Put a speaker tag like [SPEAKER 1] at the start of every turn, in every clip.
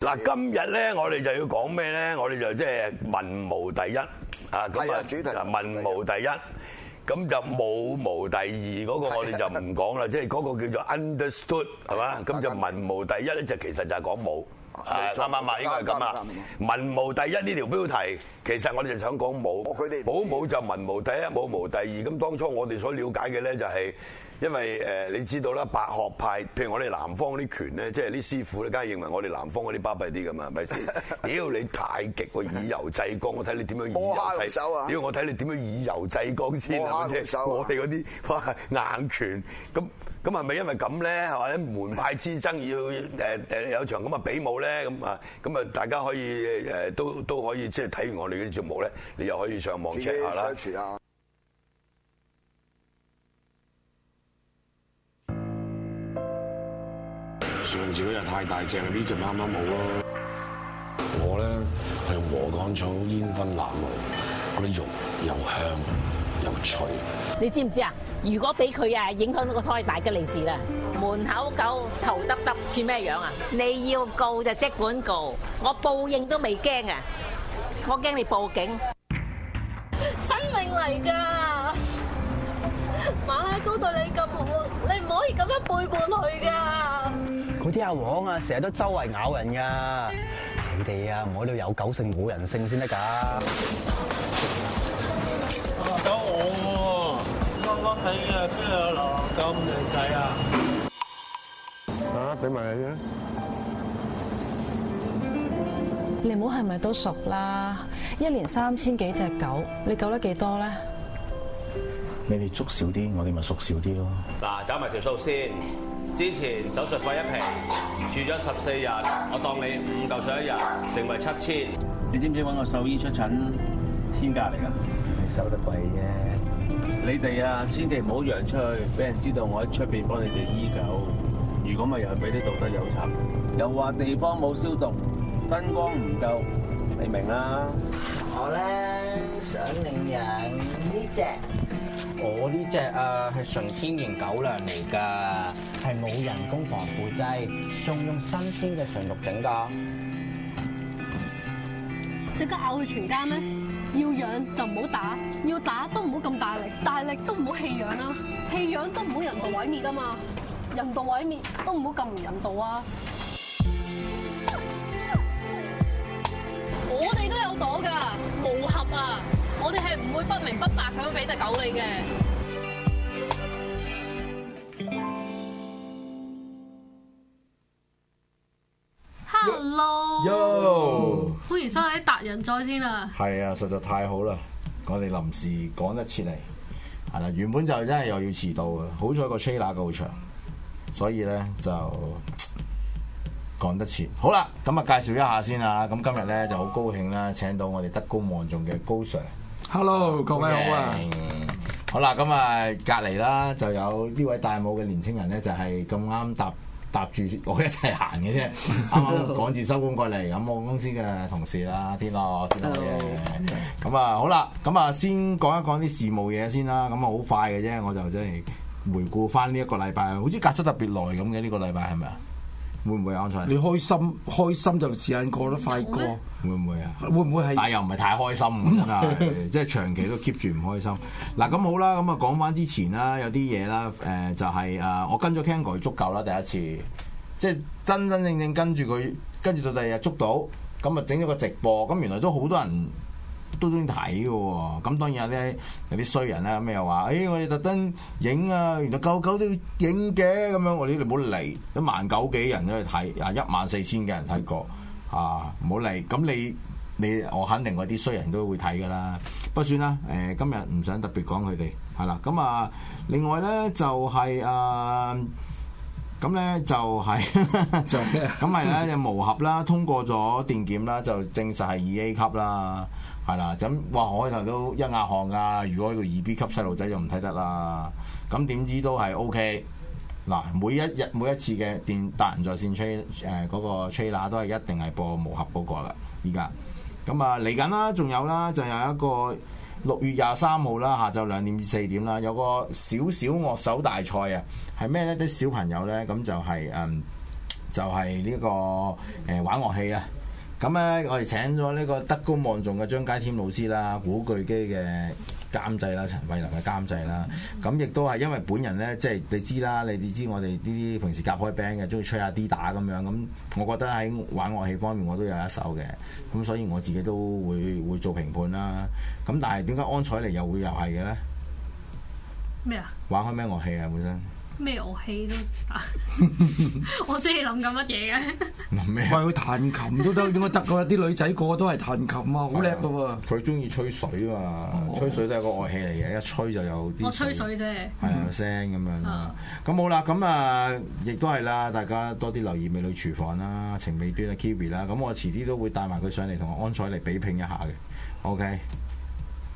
[SPEAKER 1] 嗱，今日咧，我哋就要講咩咧？我哋就即係文無第一啊！咁
[SPEAKER 2] 係
[SPEAKER 1] 啊
[SPEAKER 2] 啊主題
[SPEAKER 1] 文無第一，咁就武無第二嗰個我哋就唔講啦，即係嗰個叫做 understood 係嘛？咁就文無第一咧，就其實就係講武。啊，
[SPEAKER 2] 冇錯
[SPEAKER 1] 啱唔啱啊？應該係咁啊！文無第一呢條標題，其實我哋就想講武。
[SPEAKER 2] 哦佢哋唔知
[SPEAKER 1] 武武就文無第一，武無第二。咁當初我哋所了解嘅咧，就係因為誒你知道啦，白學派，譬如我哋南方啲拳咧，即係啲師傅咧，梗係認為我哋南方嗰啲巴閉啲噶嘛，係咪 先？屌你太極，我以柔制剛，我睇你點樣以
[SPEAKER 2] 摸蝦
[SPEAKER 1] 柔
[SPEAKER 2] 龍
[SPEAKER 1] 制
[SPEAKER 2] 手啊
[SPEAKER 1] 屌我睇你點樣以柔制剛先
[SPEAKER 2] 摸
[SPEAKER 1] 啊！
[SPEAKER 2] 蝦
[SPEAKER 1] 即
[SPEAKER 2] 龍手
[SPEAKER 1] 係
[SPEAKER 2] 啊
[SPEAKER 1] 我哋嗰啲 哇硬拳咁。咁係咪因為咁咧？係咪門派之爭要誒誒有場咁嘅比武咧？咁啊咁啊，大家可以誒都都可以即係睇完我哋嗰啲節目咧，你又可以上網
[SPEAKER 2] 自己
[SPEAKER 1] check 下啦。
[SPEAKER 2] search 啊。
[SPEAKER 3] 上次嗰隻太大隻啦，呢只啱啱冇咯。我咧係用禾稈草煙燻臘肉，嗰啲肉又香又脆。
[SPEAKER 4] 你知唔知啊？如果俾佢啊影響到個胎，大吉利是啦！門口狗頭耷耷似咩樣啊？你要告就即管告，我報應都未驚啊！我驚你報警。
[SPEAKER 5] 生命嚟噶。啊馬拉糕對你咁好，你唔可以咁樣背叛佢噶。
[SPEAKER 6] 嗰啲阿黃啊，成日都周圍咬人噶。你哋啊，唔好到有狗性冇人性先得㗎。
[SPEAKER 7] 有我喎，笠笠地啊，邊有流浪狗咁靚仔啊？
[SPEAKER 8] 啊，俾埋你啦。
[SPEAKER 9] 你唔好係咪都熟啦？一年三千幾隻狗，你救得幾多咧？
[SPEAKER 8] 你哋捉少啲，我哋咪縮少啲咯。
[SPEAKER 10] 嗱，找埋條數先。之前手術費一皮，住咗十四日，我當你五嚿水一日，成為七千。
[SPEAKER 7] 你知唔知揾個獸醫出診天價嚟㗎？
[SPEAKER 6] 你收得貴啫。
[SPEAKER 7] 你哋啊，千祈唔好揚出去，俾人知道我喺出邊幫你哋醫狗。如果咪又係俾啲道德有賊，又話地方冇消毒，燈光唔夠，你明啦。
[SPEAKER 6] 我咧想領養呢只，
[SPEAKER 11] 我呢只啊係純天然狗糧嚟㗎，係冇人工防腐劑，仲用新鮮嘅純肉整㗎。
[SPEAKER 5] 即刻咬佢全家咩？要養就唔好打，要打都唔好咁大力，大力都唔好棄養啦，棄養都唔好人道毀滅啊嘛，人道毀滅都唔好咁唔人道啊！我哋都有朵噶，無合啊！我哋係唔會不明不白咁樣俾只狗你嘅。Hello。
[SPEAKER 8] Yo，
[SPEAKER 5] 歡迎收睇達人在先啊！
[SPEAKER 8] 係啊，實在太好啦！我哋臨時趕得切嚟，係啦，原本就真係又要遲到嘅，好彩個 trailer 夠長，所以咧就呃趕得切。好啦，咁啊介紹一下先啦。咁今日咧就好高興啦，請到我哋德高望重嘅高 Sir。
[SPEAKER 12] Hello，各位好啊！
[SPEAKER 8] 好啦，咁啊隔離啦，就有呢位戴帽嘅年青人咧，就係咁啱搭搭住我一齊行嘅啫，啱啱趕住收工過嚟，咁我公司嘅同事啦，天樂天樂嘅，咁啊好啦，咁啊先講一講啲事務嘢先啦，咁啊好快嘅啫，我就真係回顧翻呢一個禮拜，好似隔咗特別耐咁嘅呢個禮拜係咪啊？會唔會啊？安彩？
[SPEAKER 12] 你開心開心就時間過得快過，
[SPEAKER 8] 會唔會啊？
[SPEAKER 12] 會唔會係
[SPEAKER 8] 但又唔係太開心咁 啊，即係長期都 keep 住唔開心。嗱咁好啦，咁啊講翻之前啦，有啲嘢啦，誒、就係、啊我跟咗 Kango 足夠啦，第一次，即係真真正正跟住佢，跟住到第二日捉到，咁啊整咗個直播，咁原來都好多人。都中意睇嘅喎，咁當然有啲有啲衰人啦，咁又話，誒、哎我哋特登影啊，原來狗狗都要影嘅，咁樣我哋你唔好嚟，一萬九幾人都去睇，啊一萬四千幾人睇過，啊唔好嚟，咁你你我肯定嗰啲衰人都會睇㗎啦，不過算啦，誒、今日唔想特別講佢哋，係啦，咁啊另外咧就係、啊。咁咧就係、
[SPEAKER 12] 就咩啊
[SPEAKER 8] 咁係咧就無合啦，通過咗電檢啦，就證實係二 A 級啦，係啦。咁哇，我開頭都一額汗㗎，如果去到二 B 級細路仔就唔睇得啦。咁點知都係 OK。嗱，每一日每一次嘅電達人在線 tray 誒嗰個 trailer 都係一定係播無合嗰個啦，依家。咁啊嚟緊啦，仲有啦，就有一個六月廿三號啦，下晝兩點至四點啦，有個小小樂手大賽啊，係咩呢？啲小朋友呢，咁就係、誒。就係呢個誒玩樂器啊。咁咧，我哋請咗呢個德高望重嘅張佳添老師啦，古巨基嘅監製啦，陳慧琳嘅監製啦。咁亦都係因為本人咧，即係你知啦，你哋知我哋呢啲平時夾開 band 嘅，中意吹下 D 打咁樣。咁我覺得喺玩樂器方面，我都有一手嘅。咁所以我自己都會會做評判啦。咁但係點解安彩妮又會又係嘅咧？
[SPEAKER 5] 咩啊？
[SPEAKER 8] 玩開咩樂器啊？本身？
[SPEAKER 5] 咩樂器都打，我知你諗緊乜嘢嘅。
[SPEAKER 8] 咩？
[SPEAKER 12] 喂，佢彈琴都得，應該得噶啲女仔個個都係彈琴啊，好叻噶喎。
[SPEAKER 8] 佢中意吹水啊嘛，吹水都係個樂器嚟嘅，一哦吹啊就有啲
[SPEAKER 5] 我吹水啫。
[SPEAKER 8] 係啊有聲咁樣啦。咁好啦，咁啊亦都係啦，大家多啲留意美女廚房啦、情美端啊、Kiwi 啦。咁我遲啲都會帶埋佢上嚟同安彩嚟比拼一下嘅。OK，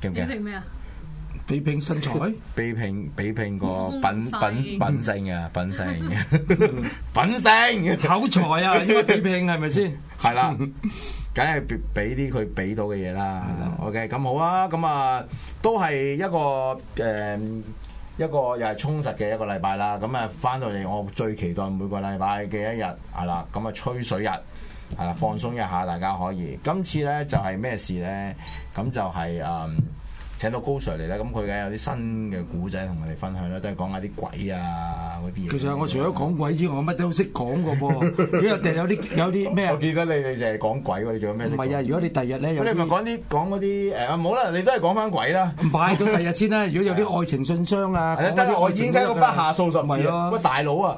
[SPEAKER 8] 勁唔
[SPEAKER 5] 你
[SPEAKER 8] 勁？
[SPEAKER 5] 平咩啊？
[SPEAKER 12] 比拼身材，
[SPEAKER 8] 比拼比拼個
[SPEAKER 5] 嗯
[SPEAKER 8] 品
[SPEAKER 5] 晒
[SPEAKER 8] 品品性啊，品 性品性
[SPEAKER 12] 口才啊，應該比拼係咪先？
[SPEAKER 8] 係啦，梗係俾俾啲佢俾到嘅嘢啦。OK，咁好啊，咁啊，都係一個誒、一個又係充實嘅一個禮拜啦。咁啊，翻到嚟我最期待每個禮拜嘅一日係啦，咁啊吹水日。係啦，放鬆一下，大家可以。今次咧就係、咩事咧？咁就係、嗯請到高 Sir 嚟咧，咁佢梗係有啲新嘅古仔同我哋分享啦，都係講下啲鬼啊嗰啲嘢。
[SPEAKER 12] 其實我除咗講鬼之外，我乜都識講噶噃。因為第日有啲有 啲咩啊
[SPEAKER 8] 我？記得你哋淨係講鬼喎，你做緊咩？
[SPEAKER 12] 唔係啊，如果你第日咧有
[SPEAKER 8] 咁你咪
[SPEAKER 12] 啲
[SPEAKER 8] 講啲講嗰啲誒，啊唔好啦，你都係講翻鬼啦。
[SPEAKER 12] 買咗第日先啦，如果有啲愛情信箱啊，
[SPEAKER 8] 係啦，
[SPEAKER 12] 講
[SPEAKER 8] 得啦，
[SPEAKER 12] 嗰啲
[SPEAKER 8] 我
[SPEAKER 12] 愛
[SPEAKER 8] 已
[SPEAKER 12] 情
[SPEAKER 8] 經
[SPEAKER 12] 都
[SPEAKER 8] 聽
[SPEAKER 12] 得
[SPEAKER 8] 過不
[SPEAKER 12] 㗎
[SPEAKER 8] 下數十
[SPEAKER 12] 咪
[SPEAKER 8] 次啦。喂，
[SPEAKER 12] 咯，
[SPEAKER 8] 大佬啊！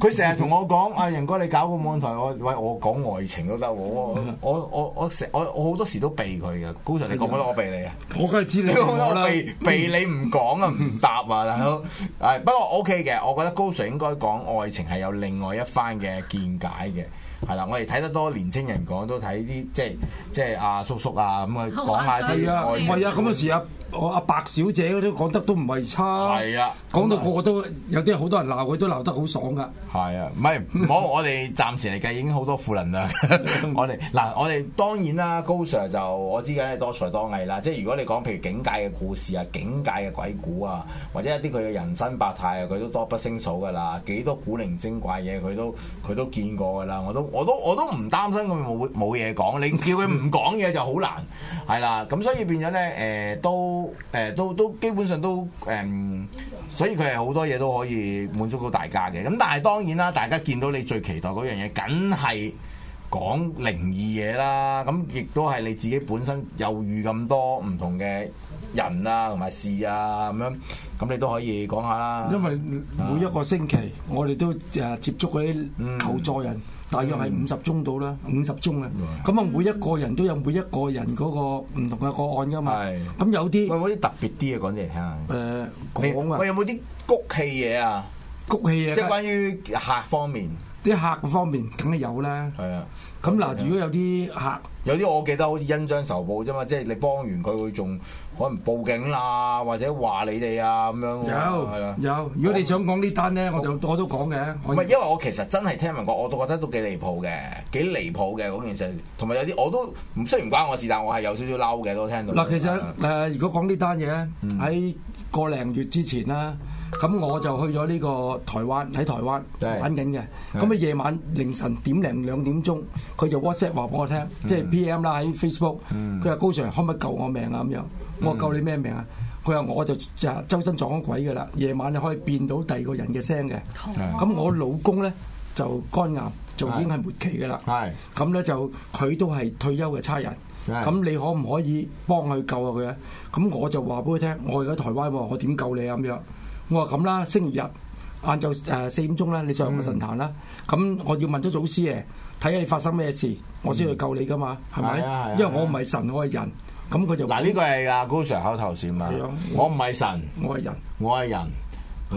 [SPEAKER 8] 佢成日同我講，阿仁哥你搞個網台，我喂我講愛情都得喎，我我我我成我我好多時都避佢嘅，高 Sir 你覺唔覺得我避你啊？
[SPEAKER 12] 我梗係知你
[SPEAKER 8] 你
[SPEAKER 12] 係
[SPEAKER 8] 覺唔覺
[SPEAKER 12] 我
[SPEAKER 8] 得
[SPEAKER 12] 啦
[SPEAKER 8] 我。避避你唔講啊，唔答啊，大佬。 誒不過 OK 嘅，我覺得高 Sir 應該講愛情係有另外一番嘅見解嘅。係啦，我哋睇得多年青人講，都睇啲即係即係阿叔叔啊咁啊講下
[SPEAKER 12] 係啊，
[SPEAKER 8] 啲愛
[SPEAKER 12] 唔
[SPEAKER 8] 情。
[SPEAKER 12] 係啊，咁有時啊，我阿白小姐嗰啲講得都唔係差，
[SPEAKER 8] 係啊
[SPEAKER 12] 講到個個都有啲好多人鬧佢都鬧得好爽噶，
[SPEAKER 8] 係啊，唔係唔好，我哋暫時嚟計已經好多負能量。 我哋嗱，我哋當然啦，高 Sir 就我知梗係多才多藝啦。即係如果你講譬如警界嘅故事啊、警界嘅鬼故啊，或者一啲佢嘅人生百態啊，佢都多不勝數噶啦。幾多古靈精怪嘢佢都佢都見過噶啦。我都我都我都唔擔心佢冇冇嘢講。你叫佢唔講嘢就好難係啦。咁所以變咗咧，誒、都誒、都都基本上都誒。所以佢係好多嘢都可以滿足到大家嘅。咁但係當然啦，大家見到你最期待嗰樣嘢，梗係講靈異嘢啦。咁亦都係你自己本身又遇咁多唔同嘅人啊，同埋事啊咁樣，咁你都可以講下啦。
[SPEAKER 12] 因為每一個星期我哋都誒接觸嗰啲求助人，大約係五十宗到啦，五十宗啊，咁啊每一個人都有每一個人嗰個唔同嘅個案噶嘛，
[SPEAKER 8] 係
[SPEAKER 12] 咁有啲
[SPEAKER 8] 喂，有冇啲特別啲嘅講嚟聽下？
[SPEAKER 12] 誒
[SPEAKER 8] 你
[SPEAKER 12] 講啊
[SPEAKER 8] 喂，有冇啲谷氣嘢啊？
[SPEAKER 12] 谷氣啊，
[SPEAKER 8] 即係關於客方面，
[SPEAKER 12] 啲客方面梗係有啦，
[SPEAKER 8] 係啊。
[SPEAKER 12] 咁嗱，如果有啲客。
[SPEAKER 8] 有啲我記得好似恩將仇報啫嘛，即係你幫完佢，佢仲可能報警啦，或者話你哋啊咁樣喎。係啦
[SPEAKER 12] 有。有，如果你想講呢單咧，我就我都講嘅。
[SPEAKER 8] 唔
[SPEAKER 12] 我
[SPEAKER 8] 係，因為我其實真係聽聞過，我都覺得都幾離譜嘅，幾離譜嘅嗰件事。同埋有啲我都唔雖然唔關我事，但我係有少少嬲嘅，都聽到。啊嗯
[SPEAKER 12] 嗱，其實誒，如果講呢單嘢咧，喺個零月之前啦，咁我就去咗呢個台灣，喺台灣
[SPEAKER 8] 係
[SPEAKER 12] 玩緊嘅。
[SPEAKER 8] 係
[SPEAKER 12] 咁啊，夜晚凌晨點零兩點鐘，佢就 WhatsApp 話俾我聽，
[SPEAKER 8] 嗯
[SPEAKER 12] 即係 PM 啦喺 Facebook，佢話高 Sir 可唔可以救我命啊咁樣？
[SPEAKER 8] 嗯
[SPEAKER 12] 我話救你咩命啊？佢話我就就周身撞咗鬼噶啦，夜晚你可以變到第二個人嘅聲嘅。咁我老公咧就肝癌，就已經係末期噶啦。
[SPEAKER 8] 係
[SPEAKER 12] 咁咧就佢都係退休嘅差人。
[SPEAKER 8] 係
[SPEAKER 12] 咁你可唔可以幫佢救下佢啊？咁我就話俾佢聽，我而家喺台灣喎，我點救你啊？咁樣，我話咁啦，星期日晏晝誒四點鐘啦，你上我神壇啦。咁、我要問咗祖師爺，睇下你發生咩事，我先去救你噶嘛，係咪、
[SPEAKER 8] 係啊係啊
[SPEAKER 12] 因為我唔係神，我係人。咁佢就
[SPEAKER 8] 嗱，呢個係阿高 Sir 口頭禪啊
[SPEAKER 12] 係啊！
[SPEAKER 8] 我唔係神，
[SPEAKER 12] 我係人，
[SPEAKER 8] 我係人，我就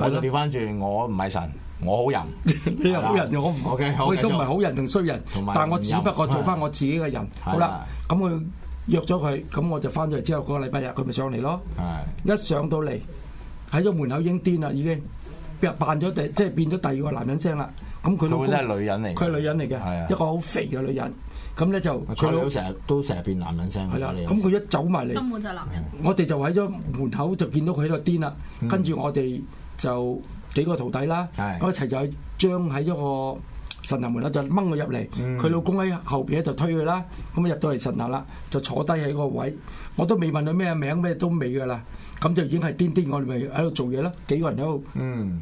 [SPEAKER 12] 係咯
[SPEAKER 8] 調翻轉，我唔係神，我好 人。
[SPEAKER 12] 你係好人，我唔
[SPEAKER 8] OK，好
[SPEAKER 12] 我亦都唔
[SPEAKER 8] 繼續
[SPEAKER 12] 係好人同衰人
[SPEAKER 8] 同埋，
[SPEAKER 12] 但我只不過
[SPEAKER 8] 唔人
[SPEAKER 12] 做翻我自己嘅人。好啦，咁佢約咗佢，咁我就翻咗嚟之後嗰個禮拜日，佢咪上嚟咯。
[SPEAKER 8] 係。
[SPEAKER 12] 一上到嚟喺咗門口已經癲啦，已經扮咗第即係變咗第二個男人聲啦。咁佢老公
[SPEAKER 8] 佢本身係女人嚟嘅
[SPEAKER 12] 佢係女人嚟
[SPEAKER 8] 係啊
[SPEAKER 12] 嘅，一個好肥嘅女人。咁咧就
[SPEAKER 8] 佢
[SPEAKER 12] 佢老
[SPEAKER 8] 都成日都成日變男人聲㗎。
[SPEAKER 12] 係啦
[SPEAKER 8] 你，有
[SPEAKER 12] 咁佢一走埋嚟，
[SPEAKER 5] 根本就係男人。
[SPEAKER 12] 我哋就喺咗門口就見到佢喺度癲啦。跟住我哋就幾個徒弟啦，
[SPEAKER 8] 係
[SPEAKER 12] 我一齊就去將喺一個神壇門口就掹佢入嚟，佢、老公喺後邊咧就推佢啦，咁入到嚟神壇啦，就坐低喺個位，我都未問佢咩名咩都未噶啦，咁就已經係癲癲，我哋咪喺度做嘢啦，幾個人喺度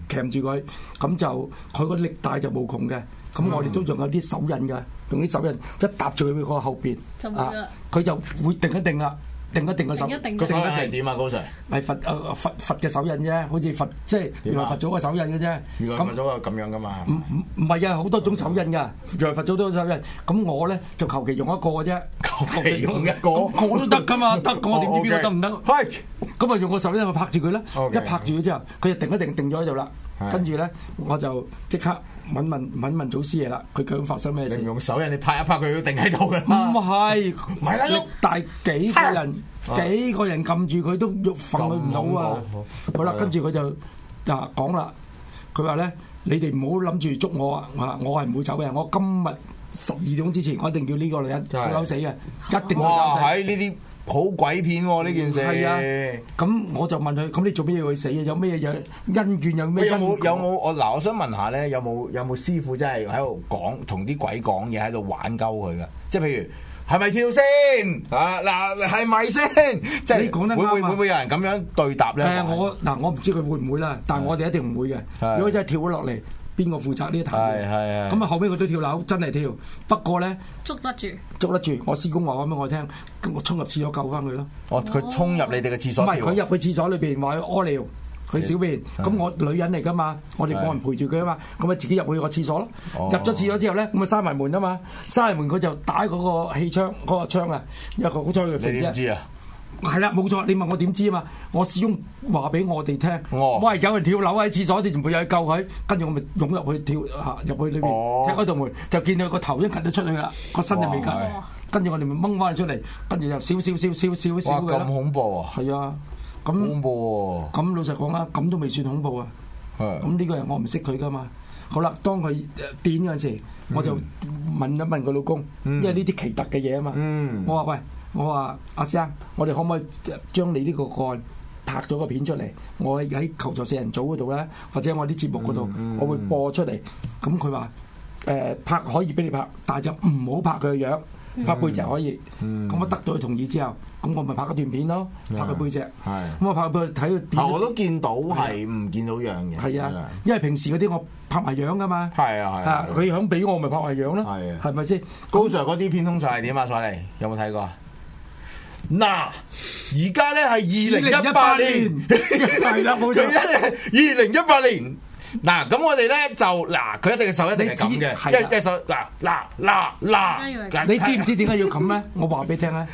[SPEAKER 12] 鉗住佢，咁就佢個力大就無窮嘅，咁我哋都仲有啲手印嘅，用啲手印一搭住佢個後邊
[SPEAKER 5] 就，冇啦
[SPEAKER 12] 佢就會定一定啦。定一定個手，
[SPEAKER 5] 定一定
[SPEAKER 8] 個手印係點啊，高 Sir？
[SPEAKER 12] 係佛啊佛佛嘅手印啫，好似佛即係原來佛祖嘅手印嘅啫。
[SPEAKER 8] 原來
[SPEAKER 12] 咁
[SPEAKER 8] 咪咗個咁樣噶嘛？
[SPEAKER 12] 唔唔唔係啊，好多種手印噶，原來佛祖都有手印。咁我咧就求其用一個嘅啫，
[SPEAKER 8] 求其用一個
[SPEAKER 12] 咁個都得噶嘛，得咁我
[SPEAKER 8] 哦
[SPEAKER 12] 點知邊個得唔得？
[SPEAKER 8] 係
[SPEAKER 12] 咁啊用個手印去拍住佢啦，
[SPEAKER 8] OK
[SPEAKER 12] 一拍住佢之後，佢就定一定定咗喺度啦
[SPEAKER 8] 係。
[SPEAKER 12] 跟住咧，我就即刻問問問問祖師爺啦，佢究竟發生咩事
[SPEAKER 8] 你唔？用手印，你拍一拍佢都定喺度噶
[SPEAKER 12] 唔
[SPEAKER 8] 啦。
[SPEAKER 12] 係，
[SPEAKER 8] 唔係啦
[SPEAKER 12] 力
[SPEAKER 8] 喐
[SPEAKER 12] 大幾個人，幾個人撳住佢都喐瞓佢唔到啊
[SPEAKER 8] 咁！
[SPEAKER 12] 好啦，跟住佢就就講啦，佢話咧：你哋唔好諗住捉我啊！啊，我係唔會走嘅，我今日十二點之前，我一定要呢個女人
[SPEAKER 8] 真係
[SPEAKER 12] 佢扭死嘅，一定要
[SPEAKER 8] 哇！
[SPEAKER 12] 扭死。
[SPEAKER 8] 喺呢啲好鬼片喎，呢件事。
[SPEAKER 12] 係啊，咁我就問佢：咁你做咩要去死啊？有咩嘢恩怨有咩
[SPEAKER 8] 喂有
[SPEAKER 12] 因果？
[SPEAKER 8] 冇有冇我嗱？我想問下咧，有冇有冇師傅真係喺度講同啲鬼講嘢喺度玩鳩佢噶？即係譬如係咪跳先啊？嗱係咪先？即
[SPEAKER 12] 你講
[SPEAKER 8] 係
[SPEAKER 12] 得
[SPEAKER 8] 會
[SPEAKER 12] 啱啊
[SPEAKER 8] 會會唔會有人咁樣對答咧？
[SPEAKER 12] 誒啊我嗱，我唔知佢會唔會啦，但係我哋一定唔會嘅
[SPEAKER 8] 係。
[SPEAKER 12] 如果真係跳咗落嚟，邊個負責呢一壇嘢？
[SPEAKER 8] 係係係
[SPEAKER 12] 咁啊，後尾佢都跳樓，真係跳。不過咧，
[SPEAKER 5] 捉得住。
[SPEAKER 12] 捉得住，我師公話翻俾我聽，咁我衝入廁所救翻佢咯。
[SPEAKER 8] 哦，佢衝入你哋嘅廁
[SPEAKER 12] 唔
[SPEAKER 8] 所
[SPEAKER 12] 係
[SPEAKER 8] 跳啊
[SPEAKER 12] 佢入去廁所裏邊話佢屙尿。佢小便，咁我女人嚟噶嘛，我哋冇人陪住佢啊嘛，咁咪自己入去個廁所咯。
[SPEAKER 8] 哦
[SPEAKER 12] 入咗廁所之後咧，咁咪閂埋門啊嘛，閂埋門佢就打嗰個氣窗嗰個窗啊，因為佢好彩佢
[SPEAKER 8] 你
[SPEAKER 12] 肥
[SPEAKER 8] 點知
[SPEAKER 12] 啫。
[SPEAKER 8] 啊？
[SPEAKER 12] 係啦，冇錯，你問我點知啊嘛？我始終話俾我哋聽，
[SPEAKER 8] 哦
[SPEAKER 12] 喂，有人跳樓喺廁所，你仲會有去救佢？跟住我咪湧入去跳嚇入去裏
[SPEAKER 8] 哦哦
[SPEAKER 12] 面，踢開道門，就見到個頭已經趌咗出去啦，個身就未
[SPEAKER 8] 哇
[SPEAKER 12] 趌。跟住我哋咪掹翻佢出嚟，跟住就少少少少少
[SPEAKER 8] 哇！
[SPEAKER 12] 少嘅
[SPEAKER 8] 咁
[SPEAKER 12] 啦。
[SPEAKER 8] 恐怖啊！
[SPEAKER 12] 係啊，
[SPEAKER 8] 恐
[SPEAKER 12] 咁
[SPEAKER 8] 怖喎！
[SPEAKER 12] 咁老實講啦，咁都未算恐怖啊。
[SPEAKER 8] 係
[SPEAKER 12] 咁呢個人我唔識佢噶嘛。好啦，當佢呃癲嗰陣時，我就問一問佢老公，因為呢啲奇特嘅嘢啊嘛。
[SPEAKER 8] 嗯
[SPEAKER 12] 我話喂，我話阿生，我哋可唔可以呃將你呢個個案拍咗個片出嚟？我喺求助四人組嗰度咧，或者我啲節目嗰度，我會播出嚟。咁佢話誒拍可以俾你拍，但係就唔好拍佢嘅樣。拍背脊可以，咁、我得到佢同意之後，咁我咪拍一段片咯，拍佢背脊，咁
[SPEAKER 8] 係
[SPEAKER 12] 我拍佢睇佢
[SPEAKER 8] 啊！
[SPEAKER 12] 片
[SPEAKER 8] 我都見到係唔見到樣嘅，
[SPEAKER 12] 係
[SPEAKER 8] 係
[SPEAKER 12] 啊，因為平時嗰啲我拍埋樣噶嘛，
[SPEAKER 8] 係啊係啊
[SPEAKER 12] 啊，佢肯俾我咪拍埋樣咯
[SPEAKER 8] 係啊，
[SPEAKER 12] 係咪先？
[SPEAKER 8] 高 Sir 嗰啲片通常係點啊？索尼有冇睇過啊？嗱，而家咧係二零一八年，
[SPEAKER 12] 係啦冇錯
[SPEAKER 8] 佢一 二零一八年。嗱，咁我哋咧就嗱，佢一定嘅手一定係咁
[SPEAKER 12] 你知
[SPEAKER 8] 嘅，
[SPEAKER 12] 係
[SPEAKER 8] 一
[SPEAKER 12] 啦
[SPEAKER 8] 隻手嗱嗱嗱
[SPEAKER 5] 梗係要係
[SPEAKER 8] 嗱，
[SPEAKER 5] 咁
[SPEAKER 12] 你知唔知點解要咁咧？我話俾你聽啊！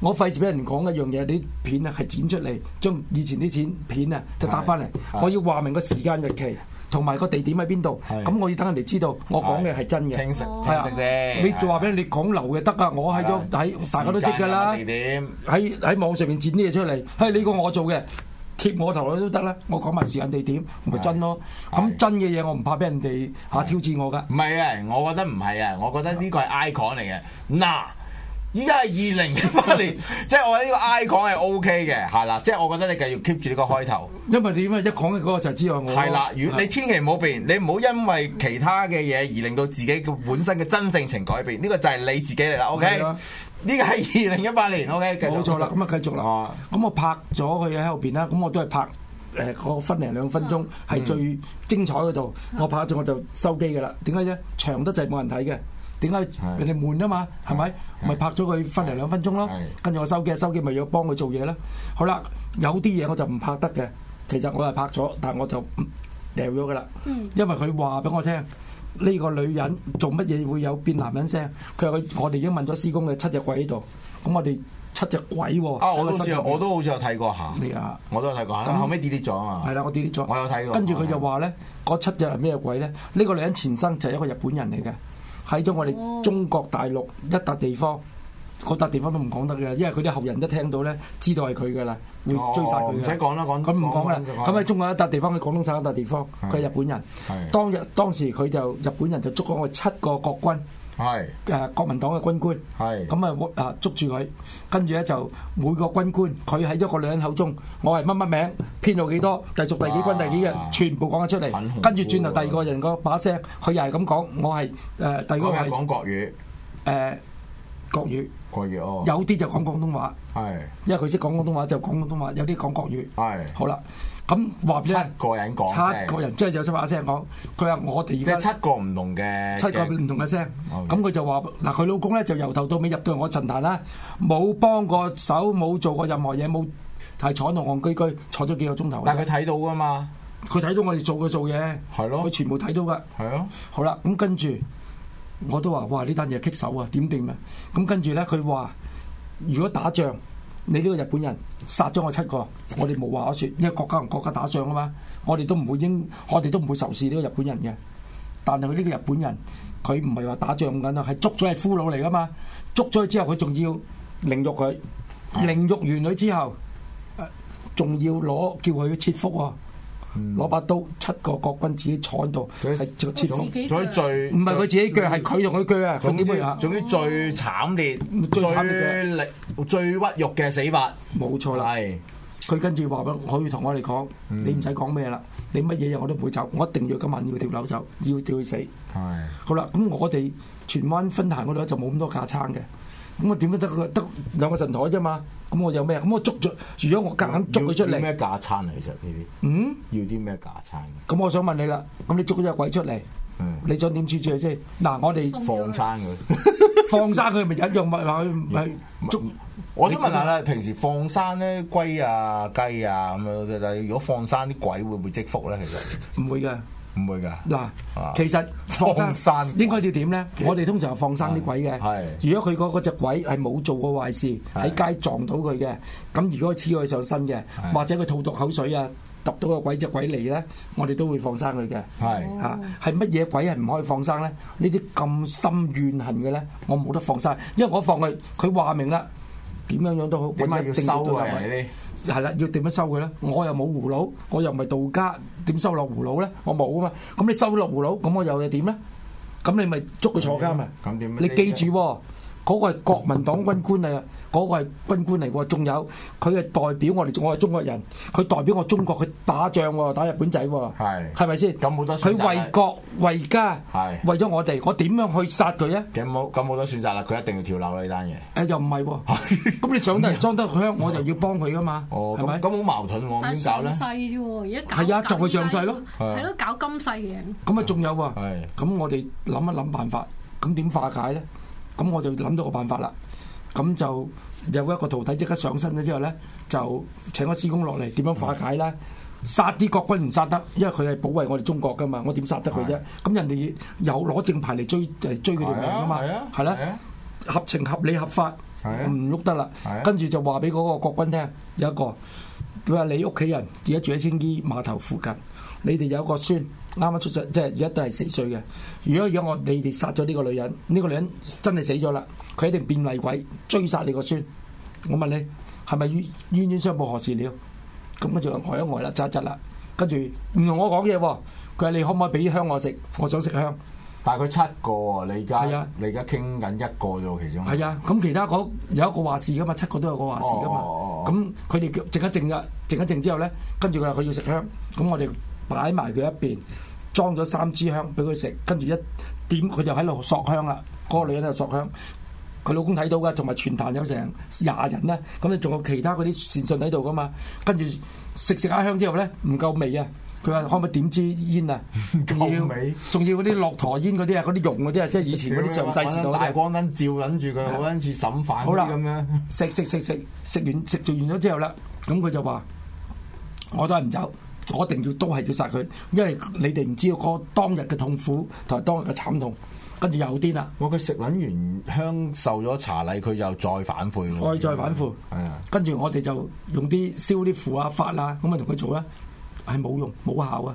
[SPEAKER 12] 我費事俾人講一樣嘢，啲片啊係剪出嚟，將以前啲剪片啊就打翻嚟
[SPEAKER 8] 係。
[SPEAKER 12] 我要話明個時間日期同埋個地點喺邊度，
[SPEAKER 8] 係
[SPEAKER 12] 咁我要等人哋知道我講嘅係真嘅。
[SPEAKER 8] 清晰
[SPEAKER 12] 係
[SPEAKER 8] 清
[SPEAKER 12] 啊
[SPEAKER 8] 晰啫。
[SPEAKER 12] 你就話俾人哋講流嘅得啊！我喺咗喺大家都識
[SPEAKER 8] 時
[SPEAKER 12] 㗎啦
[SPEAKER 8] 間啊地。點
[SPEAKER 12] 喺喺網上面剪啲嘢出嚟，嘿呢個我做嘅，貼我頭都得啦。我講埋時間地點，咪真咯。
[SPEAKER 8] 係
[SPEAKER 12] 咁真嘅嘢我唔怕俾人哋嚇挑戰我噶。
[SPEAKER 8] 唔係啊，我覺得唔係啊，我覺得呢個係 icon 嚟嘅。嗱，依家係二零一八年， 即係我覺得呢個 icon 係 OK 嘅，係啦，即係我覺得你繼續 keep 住呢個開頭。
[SPEAKER 12] 因為點啊？一講嘅嗰個就知道我
[SPEAKER 8] 係啦，如你千祈唔好變，你唔好因為其他嘅嘢而令到自己嘅本身嘅真性情改變。呢個就係你自己嚟啦，OK？
[SPEAKER 12] 係啊
[SPEAKER 8] 呢個係二零一八年，OK？繼續
[SPEAKER 12] 冇錯啦，咁啊繼續
[SPEAKER 8] 啊
[SPEAKER 12] 啦。咁我拍咗佢喺後邊啦，咁我都係拍。
[SPEAKER 8] 嗯
[SPEAKER 12] 誒，我分零兩分鐘係最精彩嗰度，我拍咗我就收機噶啦。點解啫？長得滯冇人睇嘅，點解人哋悶啊嘛？係咪？咪拍咗佢分零兩分鐘咯
[SPEAKER 8] 係。
[SPEAKER 12] 跟住我收機，收機咪要幫佢做嘢啦。好啦，有啲嘢我就唔拍得嘅，其實我係拍咗，但我就嗯掉咗噶啦。因為佢話俾我聽。呢個女人做乜嘢會有變男人聲？佢話佢我哋已經問咗師公嘅七隻鬼喺度，咁我哋七隻鬼喎。
[SPEAKER 8] 啊！我都好
[SPEAKER 12] 喺個身
[SPEAKER 8] 似有
[SPEAKER 12] 上
[SPEAKER 8] 我都好似有睇過下，
[SPEAKER 12] 你啊，
[SPEAKER 8] 我都有睇過下，後尾 delete 咗啊嘛。
[SPEAKER 12] 係啦，我 delete 咗。
[SPEAKER 8] 我有睇過
[SPEAKER 12] 跟住佢就話咧，嗰七隻係咩鬼咧？呢個女人前生就係一個日本人嚟嘅，喺咗我哋中國大陸一笪地方。嗰笪地方都唔講得嘅，因為佢啲後人一聽到咧，知道係佢嘅啦，會追殺
[SPEAKER 8] 哦
[SPEAKER 12] 佢嘅。
[SPEAKER 8] 唔使講啦講
[SPEAKER 12] 咁唔講啦
[SPEAKER 8] 講。
[SPEAKER 12] 咁喺中國一笪地方，喺廣東省一笪地方，佢係日本人
[SPEAKER 8] 係。
[SPEAKER 12] 當日當時佢就日本人就捉咗我七個國軍，
[SPEAKER 8] 係
[SPEAKER 12] 誒呃國民黨嘅軍官，
[SPEAKER 8] 係
[SPEAKER 12] 咁啊啊捉住佢，跟住咧就每個軍官佢喺一個女人口中，我係乜乜名，編號幾多，隸屬第幾軍第幾嘅，全部講得出
[SPEAKER 8] 啊
[SPEAKER 12] 嚟，跟住轉頭第二個人個把聲，佢又係咁講，我係誒第二個
[SPEAKER 8] 嗰日
[SPEAKER 12] 係
[SPEAKER 8] 講國語，
[SPEAKER 12] 誒國語，
[SPEAKER 8] 國語哦，
[SPEAKER 12] 有啲就講廣東話。
[SPEAKER 8] 係
[SPEAKER 12] 因為佢識講廣東話就講廣東話，有啲講國語。
[SPEAKER 8] 係
[SPEAKER 12] 好啦，咁話俾你聽
[SPEAKER 8] 七個人講啫
[SPEAKER 12] 七個人即係有七把聲講。佢話我哋
[SPEAKER 8] 即
[SPEAKER 12] 而
[SPEAKER 8] 係
[SPEAKER 12] 家
[SPEAKER 8] 七個唔同嘅
[SPEAKER 12] 七個
[SPEAKER 8] 嘅
[SPEAKER 12] 唔同嘅聲，
[SPEAKER 8] OK
[SPEAKER 12] 咁佢就話嗱，佢老公咧就由頭到尾入到我陣壇啦，冇幫過手，冇做過任何嘢，冇係坐到戇居居，坐咗幾個鐘頭。
[SPEAKER 8] 但係佢睇到噶嘛，
[SPEAKER 12] 佢睇到我哋做嘅做嘢，
[SPEAKER 8] 係咯
[SPEAKER 12] 佢全部睇到噶。
[SPEAKER 8] 係啊，
[SPEAKER 12] 好啦，咁跟住我都話：哇！呢單嘢棘手啊，點掂啊？咁跟住咧，佢話：如果打仗，你呢個日本人殺咗我七個，我哋冇話可説，因為國家同國家打仗啊嘛，我哋都唔會應，我哋都唔會仇視呢個日本人嘅。但係佢呢個日本人，佢唔係話打仗緊啊，係捉咗係俘虜嚟噶嘛，捉咗佢之後，佢仲要凌辱佢，凌辱完佢之後，呃仲、要攞叫佢切腹喎、攞把刀，七個國軍自己坐喺度，係切切腹。
[SPEAKER 8] 所以最
[SPEAKER 12] 唔係佢自己鋸，係佢同佢鋸啊！佢
[SPEAKER 8] 總
[SPEAKER 12] 點會
[SPEAKER 8] 之
[SPEAKER 12] 啊？哦
[SPEAKER 8] 總之最慘烈、
[SPEAKER 12] 最
[SPEAKER 8] 最
[SPEAKER 12] 慘烈
[SPEAKER 8] 力、最屈辱嘅死法，
[SPEAKER 12] 冇錯啦。
[SPEAKER 8] 係
[SPEAKER 12] 佢跟住話俾我，佢要同我哋講，你唔使講咩啦，你乜嘢嘢我都唔會走，我一定要今晚要跳樓走，要跳去死。
[SPEAKER 8] 係
[SPEAKER 12] 好啦，咁我哋荃灣分壇嗰度就冇咁多架撐嘅，咁我點都得個得兩個神台啫嘛，咁我有咩？咁我捉咗，如果我夾硬捉佢出
[SPEAKER 8] 要要
[SPEAKER 12] 嚟，
[SPEAKER 8] 咩架撐啊？其實呢
[SPEAKER 12] 嗯，
[SPEAKER 8] 啲要啲咩架撐啊嘅？
[SPEAKER 12] 咁我想問你啦，咁你捉咗只鬼出嚟，
[SPEAKER 8] 嗯
[SPEAKER 12] 你想點處置佢先？嗱，我哋
[SPEAKER 8] 放生佢。
[SPEAKER 12] 放生佢咪一樣，咪話佢咪捉。
[SPEAKER 8] 我想問下啦，平時放生咧龜啊、雞啊咁樣嘅，但係如果放生啲鬼會唔會積福咧？其實
[SPEAKER 12] 唔會嘅，
[SPEAKER 8] 唔會㗎。
[SPEAKER 12] 嗱
[SPEAKER 8] 啊，
[SPEAKER 12] 其實
[SPEAKER 8] 放生
[SPEAKER 12] 應該要點咧？我哋通常放生啲鬼
[SPEAKER 8] 係
[SPEAKER 12] 嘅。如果佢嗰嗰隻鬼係冇做過壞事，喺街撞到佢嘅，咁如果黐佢上身嘅，或者佢吐毒口水啊，揼到個鬼隻鬼嚟咧，我哋都會放生佢嘅。
[SPEAKER 8] 係
[SPEAKER 12] 嚇，係乜嘢鬼係唔可以放生咧？呢啲咁深怨恨嘅咧，我冇得放生，因為我放佢，佢話明啦，點樣樣都好，
[SPEAKER 8] 點解
[SPEAKER 12] 我
[SPEAKER 8] 要
[SPEAKER 12] 一定要
[SPEAKER 8] 收
[SPEAKER 12] 到
[SPEAKER 8] 啊？
[SPEAKER 12] 位
[SPEAKER 8] 人哋啲
[SPEAKER 12] 係啦，要點樣收佢咧？我又冇葫蘆，我又唔係道家，點收落葫蘆咧？我冇啊嘛。咁你收落葫蘆，咁我又係點咧？咁你咪捉佢坐監啊！
[SPEAKER 8] 咁點
[SPEAKER 12] 你記住喎，嗰、個係國民黨軍官嚟啊，嗰、個係軍官嚟喎。仲有佢係代表我哋，我係中國人，佢代表我中國，佢打仗喎，打日本仔喎，
[SPEAKER 8] 係
[SPEAKER 12] 係咪先？
[SPEAKER 8] 咁冇得
[SPEAKER 12] 佢
[SPEAKER 8] 選擇啦
[SPEAKER 12] 為國為家，
[SPEAKER 8] 係
[SPEAKER 12] 為咗我哋，我點樣去殺佢啊？
[SPEAKER 8] 咁冇咁冇得選擇啦，佢一定要跳樓啦呢單嘢。
[SPEAKER 12] 誒又唔 係喎，咁你上得嚟裝得香，我就要幫佢噶嘛，
[SPEAKER 8] 哦，
[SPEAKER 12] 係咪
[SPEAKER 8] 咁？咁好矛盾喎，
[SPEAKER 5] 但係
[SPEAKER 8] 點搞
[SPEAKER 5] 上
[SPEAKER 8] 咧？
[SPEAKER 5] 世啫喎，而家搞
[SPEAKER 12] 係啊就係上世
[SPEAKER 5] 世
[SPEAKER 12] 咯
[SPEAKER 5] 係咯，搞今世嘅人。
[SPEAKER 12] 咁啊，仲有啊，
[SPEAKER 8] 係
[SPEAKER 12] 咁我哋諗一諗辦法，咁點化解咧？咁我就諗到個辦法啦。咁就有一個徒弟即刻上身咗之後咧，就請個師公落嚟點樣化解咧？殺啲國軍唔殺得，因為佢係保衞我哋中國噶嘛，我點殺得佢啫？咁人哋有攞正牌嚟追誒追佢哋命啊嘛
[SPEAKER 8] 係啊，
[SPEAKER 12] 係啦
[SPEAKER 8] 係啊，
[SPEAKER 12] 合情合理合法，
[SPEAKER 8] 係啊
[SPEAKER 12] 唔喐得啦
[SPEAKER 8] 係啊。
[SPEAKER 12] 跟住就話俾嗰個國軍聽，有一個佢話你屋企人而家住喺青衣碼頭附近，你哋有一個孫啱啱出世，即係而家都係四歲嘅。如果而家我你哋殺咗呢個女人，呢、個女人真係死咗啦，佢一定變厲鬼追殺你個孫。我問你係咪冤冤冤相報何時了？咁跟住我呆一呆啦，窒一窒啦，跟住唔同我講嘢喎。佢話你可唔可以俾香我食？我想食香。
[SPEAKER 8] 但係佢七個喎，你而
[SPEAKER 12] 係
[SPEAKER 8] 家
[SPEAKER 12] 啊
[SPEAKER 8] 你而家傾緊一個啫喎，其中
[SPEAKER 12] 係啊，咁其他嗰有一個話事噶嘛，七個都有個話事噶嘛
[SPEAKER 8] 哦哦哦。
[SPEAKER 12] 咁佢哋靜一靜啊，靜一靜之後咧，跟住佢話佢要食香，咁我哋擺埋佢一邊，裝咗三支香俾佢食，跟住一點佢就喺度索香啦。嗰、個女人喺度索香，佢老公睇到噶，同埋全壇有成廿人咧，咁你仲有其他嗰啲善信喺度噶嘛？跟住食食下香之後咧，唔夠味啊！佢話可唔可以 點支煙啊？仲要
[SPEAKER 8] 味
[SPEAKER 12] 仲要嗰啲駱駝煙嗰啲啊，嗰啲用嗰啲啊，即係以前嗰啲上世時代嗰啲
[SPEAKER 8] 大
[SPEAKER 12] 啊。
[SPEAKER 8] 光燈照撚住佢，好撚似審犯
[SPEAKER 12] 好
[SPEAKER 8] 嗰
[SPEAKER 12] 啦
[SPEAKER 8] 啲咁樣。
[SPEAKER 12] 食食食食食完食做完咗之後啦，咁佢就話：我都係唔走，我一定要都係要殺佢，因為你哋唔知道嗰當日嘅痛苦同埋當日嘅慘痛。跟住又癲啦，
[SPEAKER 8] 哇！佢食撚完香受咗茶禮，佢又再反悔喎。
[SPEAKER 12] 我再反腐。
[SPEAKER 8] 係啊，
[SPEAKER 12] 跟住我哋就用啲燒啲符啊、法啊，咁啊同佢做啦，係冇用冇效啊，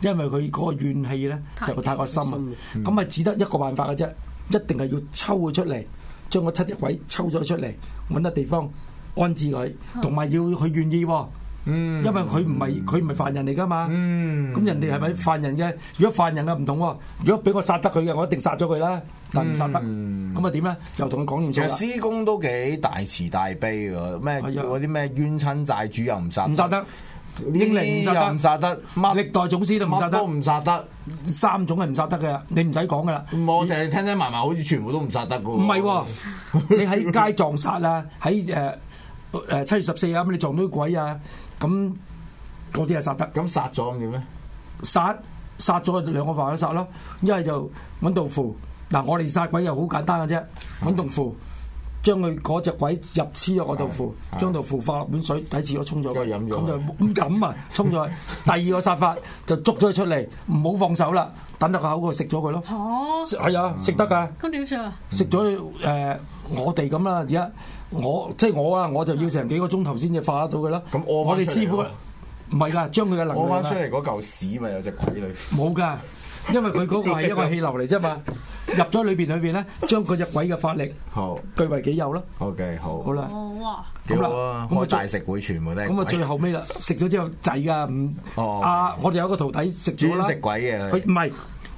[SPEAKER 12] 因為佢嗰個怨氣咧就太過深啊，
[SPEAKER 8] 嗯
[SPEAKER 12] 咁啊只得一個辦法嘅啫，一定係要抽佢出嚟，將啊嗰七隻鬼抽咗出嚟，揾個地方安置佢，同埋要佢願意喎。因
[SPEAKER 8] 嗯
[SPEAKER 12] 為佢唔係佢唔係犯人嚟噶嘛。咁人哋係咪犯人嘅？如果犯人嘅唔同喎，如果俾我殺得佢嘅，我一定殺咗佢啦。但唔殺得，咁啊點咧？又同佢講
[SPEAKER 8] 嗯其
[SPEAKER 12] 掂
[SPEAKER 8] 實
[SPEAKER 12] 數啦。
[SPEAKER 8] 施工都幾大慈大悲㗎，咩嗰啲咩冤親債主又唔殺，
[SPEAKER 12] 啊唔殺得，英靈唔殺得
[SPEAKER 8] 又唔殺得，
[SPEAKER 12] 歷代總師都唔殺得，
[SPEAKER 8] 乜都唔殺得，
[SPEAKER 12] 三種係唔殺得嘅，你唔使講噶啦。
[SPEAKER 8] 我淨係聽聽埋埋，好似全部都唔殺得㗎喎。
[SPEAKER 12] 唔係喎，你喺街撞殺啊，喺誒誒七月十四啊，咁你撞到啲鬼啊，咁嗰啲係殺得。
[SPEAKER 8] 咁殺咗咁點咧？
[SPEAKER 12] 殺殺咗兩個犯人殺咯，一係就揾道符。嗱，我哋殺鬼又好簡單嘅啫，揾道符。將佢嗰只鬼入黐入我道符，
[SPEAKER 8] 係
[SPEAKER 12] 將道符化落碗水，底廁咗沖咗佢，
[SPEAKER 8] 即係飲咗
[SPEAKER 12] 咁就唔飲啊，沖咗佢。第二個殺法就捉咗佢出嚟，唔好放手啦，等到個口嗰度食咗佢咯。
[SPEAKER 5] 哦，
[SPEAKER 12] 係啊，食得㗎。
[SPEAKER 5] 咁點算啊？
[SPEAKER 12] 食咗誒我哋咁啦，而家我即係我啊，我就要成幾個鐘頭先至化得到佢啦。咁
[SPEAKER 8] 屙
[SPEAKER 12] 我
[SPEAKER 8] 返
[SPEAKER 12] 哋
[SPEAKER 8] 出嚟
[SPEAKER 12] 師傅啊
[SPEAKER 8] 喎
[SPEAKER 12] 唔係㗎，將佢嘅能
[SPEAKER 8] 屙
[SPEAKER 12] 量
[SPEAKER 8] 翻
[SPEAKER 12] 啊
[SPEAKER 8] 出嚟嗰嚿屎咪有隻鬼女。
[SPEAKER 12] 冇㗎，因為佢嗰個係一個氣流嚟啫 嘛，入咗裏邊裏邊咧，將嗰只鬼嘅法力
[SPEAKER 8] 好
[SPEAKER 12] 據為己有咯。
[SPEAKER 8] ，OK，好，
[SPEAKER 12] 好啦，
[SPEAKER 5] 哦，哇！
[SPEAKER 8] 幾好啊！
[SPEAKER 12] 咁啊
[SPEAKER 8] 開大食會全部都係
[SPEAKER 12] 咁啊
[SPEAKER 8] 鬼
[SPEAKER 12] 最後尾啦，食咗之後仔㗎唔
[SPEAKER 8] 哦
[SPEAKER 12] 啊，我哋有一個徒弟食咗啦，
[SPEAKER 8] 專食鬼嘅佢
[SPEAKER 12] 佢唔係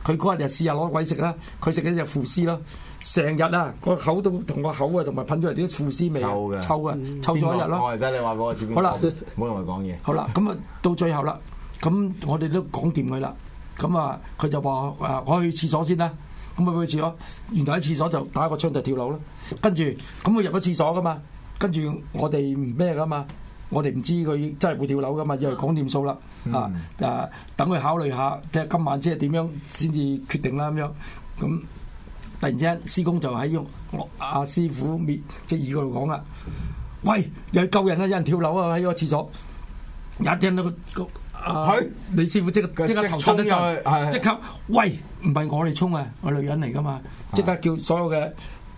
[SPEAKER 12] 佢嗰日就試下攞鬼食啦，佢食咗只腐屍咯。成日啊，個口都同個口啊，同埋噴出嚟啲腐屍味啊，
[SPEAKER 8] 臭嘅
[SPEAKER 12] 臭啊，
[SPEAKER 8] 嗯
[SPEAKER 12] 臭咗一日
[SPEAKER 8] 邊個哦
[SPEAKER 12] 咯。
[SPEAKER 8] 我係得你話俾我知邊個。
[SPEAKER 12] 好啦
[SPEAKER 8] 唔好同佢講嘢。
[SPEAKER 12] 好啦，咁啊到最後啦，咁我哋都講掂佢啦，咁啊佢就話誒我去廁所先啦，咁啊去廁所，原來喺廁所就打個槍就跳樓啦，跟住咁佢入咗廁所噶嘛，跟住我哋唔咩噶嘛。我哋唔知佢真係會跳樓噶嘛，因為講掂數啦，啊誒，等佢考慮下，睇下今晚即係點樣先至決定啦咁樣，咁突然之間，師公就喺用我阿師傅面隻耳嗰度講啦：，喂，又去救人啦，有人跳樓啊喺個廁所，一聽到個個啊
[SPEAKER 8] 係
[SPEAKER 12] 李師傅即刻
[SPEAKER 8] 佢
[SPEAKER 12] 即刻
[SPEAKER 8] 即
[SPEAKER 12] 頭震
[SPEAKER 8] 衝
[SPEAKER 12] 一
[SPEAKER 8] 入去係
[SPEAKER 12] 震，即刻喂，唔係我哋衝啊，我女人嚟噶嘛，即刻叫所有嘅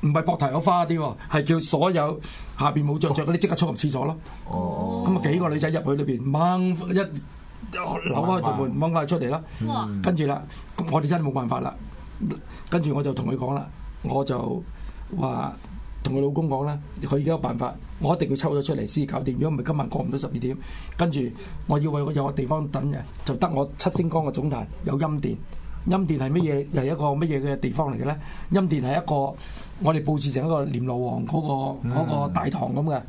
[SPEAKER 12] 唔係膊頭有花啲喎，係叫所有下邊冇着着嗰啲即刻衝入廁所咯。
[SPEAKER 8] 哦，
[SPEAKER 12] 咁啊幾個女仔入去裏邊掹一扭開道門掹翻佢出嚟啦。
[SPEAKER 5] 哇！
[SPEAKER 12] 跟住啦，咁我哋真係冇辦法啦。跟住我就同佢講啦，我就話同佢老公講啦，佢而家有辦法，我一定要抽咗出嚟先搞掂。如果唔係今晚過唔到十二點，跟住我要為我有個地方等嘅，就得我七星崗嘅總壇有陰殿。陰殿係乜嘢？又係一個乜嘢嘅地方嚟嘅咧？陰殿係一個我哋佈置成一個閻羅王嗰、
[SPEAKER 8] 嗯
[SPEAKER 12] 個嗰個大堂咁嘅，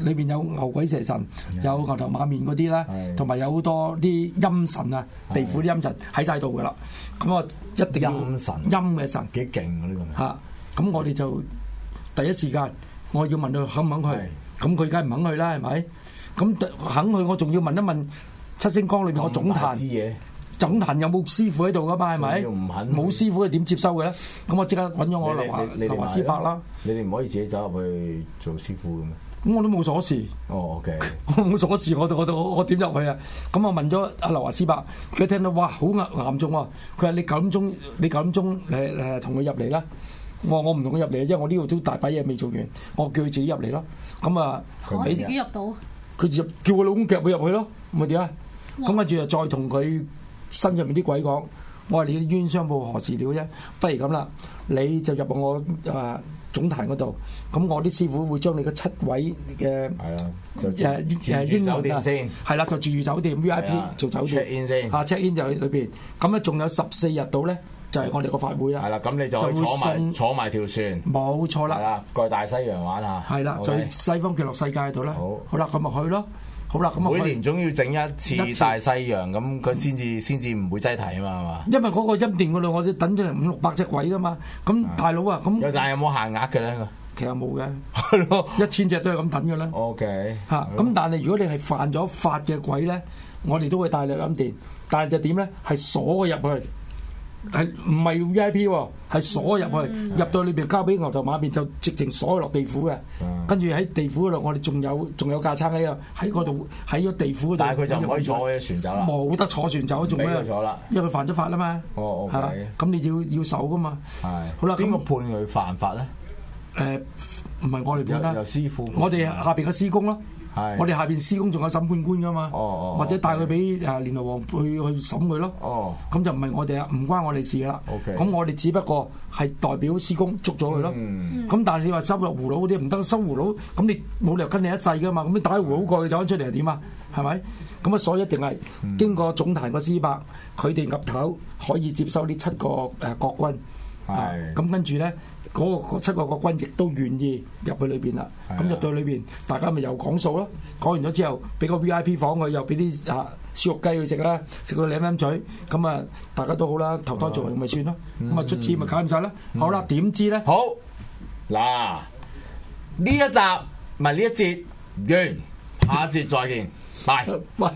[SPEAKER 12] 裏邊有牛鬼蛇神，有牛頭馬面嗰啲啦，
[SPEAKER 8] 嗯係
[SPEAKER 12] 同埋有好多啲陰神啊、地府啲陰神喺晒度噶啦。咁我一定要
[SPEAKER 8] 陰神
[SPEAKER 12] 陰嘅神
[SPEAKER 8] 幾勁啊！呢個名
[SPEAKER 12] 嚇。咁我哋就第一時間，我要問佢肯唔肯去
[SPEAKER 8] 係。
[SPEAKER 12] 咁佢梗係唔肯去啦，係咪？咁肯去，我仲要問一問七星崗裏面個總
[SPEAKER 8] 咁大支
[SPEAKER 12] 壇。
[SPEAKER 8] 嘢，
[SPEAKER 12] 總壇有冇師傅喺度噶嘛？係咪？
[SPEAKER 8] 仲要唔肯
[SPEAKER 12] 冇師傅，佢點接收嘅咧？咁我即刻揾咗我
[SPEAKER 8] 你
[SPEAKER 12] 劉華
[SPEAKER 8] 哋你你
[SPEAKER 12] 劉華
[SPEAKER 8] 哋
[SPEAKER 12] 師伯
[SPEAKER 8] 買
[SPEAKER 12] 啦
[SPEAKER 8] 啦。，你哋唔可以自己走入去做師傅嘅咩？
[SPEAKER 12] 咁我都冇鎖匙，
[SPEAKER 8] 哦，OK，
[SPEAKER 12] 我冇 鎖匙，我我我我點入去啊？咁我問咗阿劉華師伯，佢一聽到哇好嚴嚴重喎，佢話你九點鐘你九點鐘誒誒同佢入嚟啦。我話我唔同佢入嚟，因為我呢度都大把嘢未做完，我叫佢自己入嚟咯。咁啊，
[SPEAKER 5] 我
[SPEAKER 12] 你
[SPEAKER 5] 自己入到，
[SPEAKER 12] 佢就叫佢老公夾佢入去咯，咪點啊？咁跟住就再同佢身上面啲鬼講：我話你啲冤相報何時了啫？不如咁啦，你就入我誒、呃、總壇嗰度，咁我啲師傅會將你嘅七位嘅
[SPEAKER 8] 係啦，就
[SPEAKER 12] 誒誒
[SPEAKER 8] 住
[SPEAKER 12] 英
[SPEAKER 8] 酒
[SPEAKER 12] 文啊
[SPEAKER 8] 店先。
[SPEAKER 12] 係啦，就住酒店 V I
[SPEAKER 8] 係啊
[SPEAKER 12] P 做酒
[SPEAKER 8] Dạ.
[SPEAKER 12] 店
[SPEAKER 8] check in 先
[SPEAKER 12] 啊 À, check in 就喺裏邊，咁咧仲有十四日到咧，就
[SPEAKER 8] Dạ.
[SPEAKER 12] 係我哋個法會
[SPEAKER 8] 係
[SPEAKER 12] 啦，
[SPEAKER 8] 啦，咁你就去
[SPEAKER 12] 就會
[SPEAKER 8] 坐埋
[SPEAKER 12] 送
[SPEAKER 8] 坐埋條船，
[SPEAKER 12] 冇錯
[SPEAKER 8] 係
[SPEAKER 12] 啦。
[SPEAKER 8] 啦，過去大西洋玩下。
[SPEAKER 12] 係啦，就
[SPEAKER 8] Dạ. OK
[SPEAKER 12] 去西方極樂世界度啦。
[SPEAKER 8] 好
[SPEAKER 12] 好啦，咁咪去咯。好啦，咁咪
[SPEAKER 8] 每
[SPEAKER 12] 去
[SPEAKER 8] 年總要整一
[SPEAKER 12] 一
[SPEAKER 8] 次
[SPEAKER 12] 次
[SPEAKER 8] 大西洋，咁佢先至先至唔會擠提啊嘛，係嘛？
[SPEAKER 12] 因為嗰個陰殿嗰度，我哋等咗成五六百隻鬼噶嘛。咁
[SPEAKER 8] À.
[SPEAKER 12] 大佬啊，
[SPEAKER 8] 有
[SPEAKER 12] 咁
[SPEAKER 8] 但係有冇限額嘅 咧？
[SPEAKER 12] 其實冇嘅，
[SPEAKER 8] 係咯
[SPEAKER 12] 一千隻都係咁等嘅啦。
[SPEAKER 8] ，OK，
[SPEAKER 12] 嚇，咁但係如果你係犯咗法嘅鬼咧，我哋都會帶你入陰殿，但係就點咧？係鎖佢入去，係唔係 V I P 喎？係鎖佢入去，入到裏邊交俾牛頭馬面，就直情鎖佢落地府嘅。
[SPEAKER 8] 嗯
[SPEAKER 12] 跟住喺地府嗰度，我哋仲有仲有架撐喺度，喺嗰度喺個地府嗰度。
[SPEAKER 8] 但係佢就唔可以坐嗰隻船走啦。
[SPEAKER 12] 冇得坐船走，仲咩啊
[SPEAKER 8] 俾佢坐啦
[SPEAKER 12] 因為佢犯咗法啦嘛。
[SPEAKER 8] 哦，OK
[SPEAKER 12] 係嘛咁你要要守噶嘛。
[SPEAKER 8] 係，
[SPEAKER 12] 好啦咁
[SPEAKER 8] 邊個判佢犯法咧？
[SPEAKER 12] 誒唔係我哋判啦，
[SPEAKER 8] 由由師傅判
[SPEAKER 12] 我哋下邊嘅師公咯。
[SPEAKER 8] 係
[SPEAKER 12] 我哋下邊師公仲有審判官噶嘛，
[SPEAKER 8] 哦哦
[SPEAKER 12] 或者帶佢俾誒連羅王去去審佢咯。
[SPEAKER 8] 哦，
[SPEAKER 12] 咁就唔係我哋啦，唔關我哋事啦。
[SPEAKER 8] OK
[SPEAKER 12] 咁我哋只不過係代表師公捉咗佢咯。咁但係你話收入葫蘆嗰啲唔得，收葫蘆咁你冇理由跟你一世噶嘛。咁你打葫蘆過去走翻出嚟又點啊？係咪？咁啊，所以一定係經過總壇個司伯，佢哋岌頭可以接收呢七個誒國軍。啊
[SPEAKER 8] 係
[SPEAKER 12] 咁跟住咧，嗰、個七個國軍亦都願意入去裏邊啦。
[SPEAKER 8] 係啊
[SPEAKER 12] 咁入到裏邊，大家咪又講數咯。講完咗之後，俾個 V I P 房佢，又俾啲啊燒肉雞佢食啦，食到舐舐嘴。咁啊，大家都好啦，投胎做人咪算咯。咁啊，出錢咪搞掂晒啦。好啦，點知咧？
[SPEAKER 8] 好嗱，呢一集唔係呢一節完，下一節再見，拜。
[SPEAKER 12] 喂。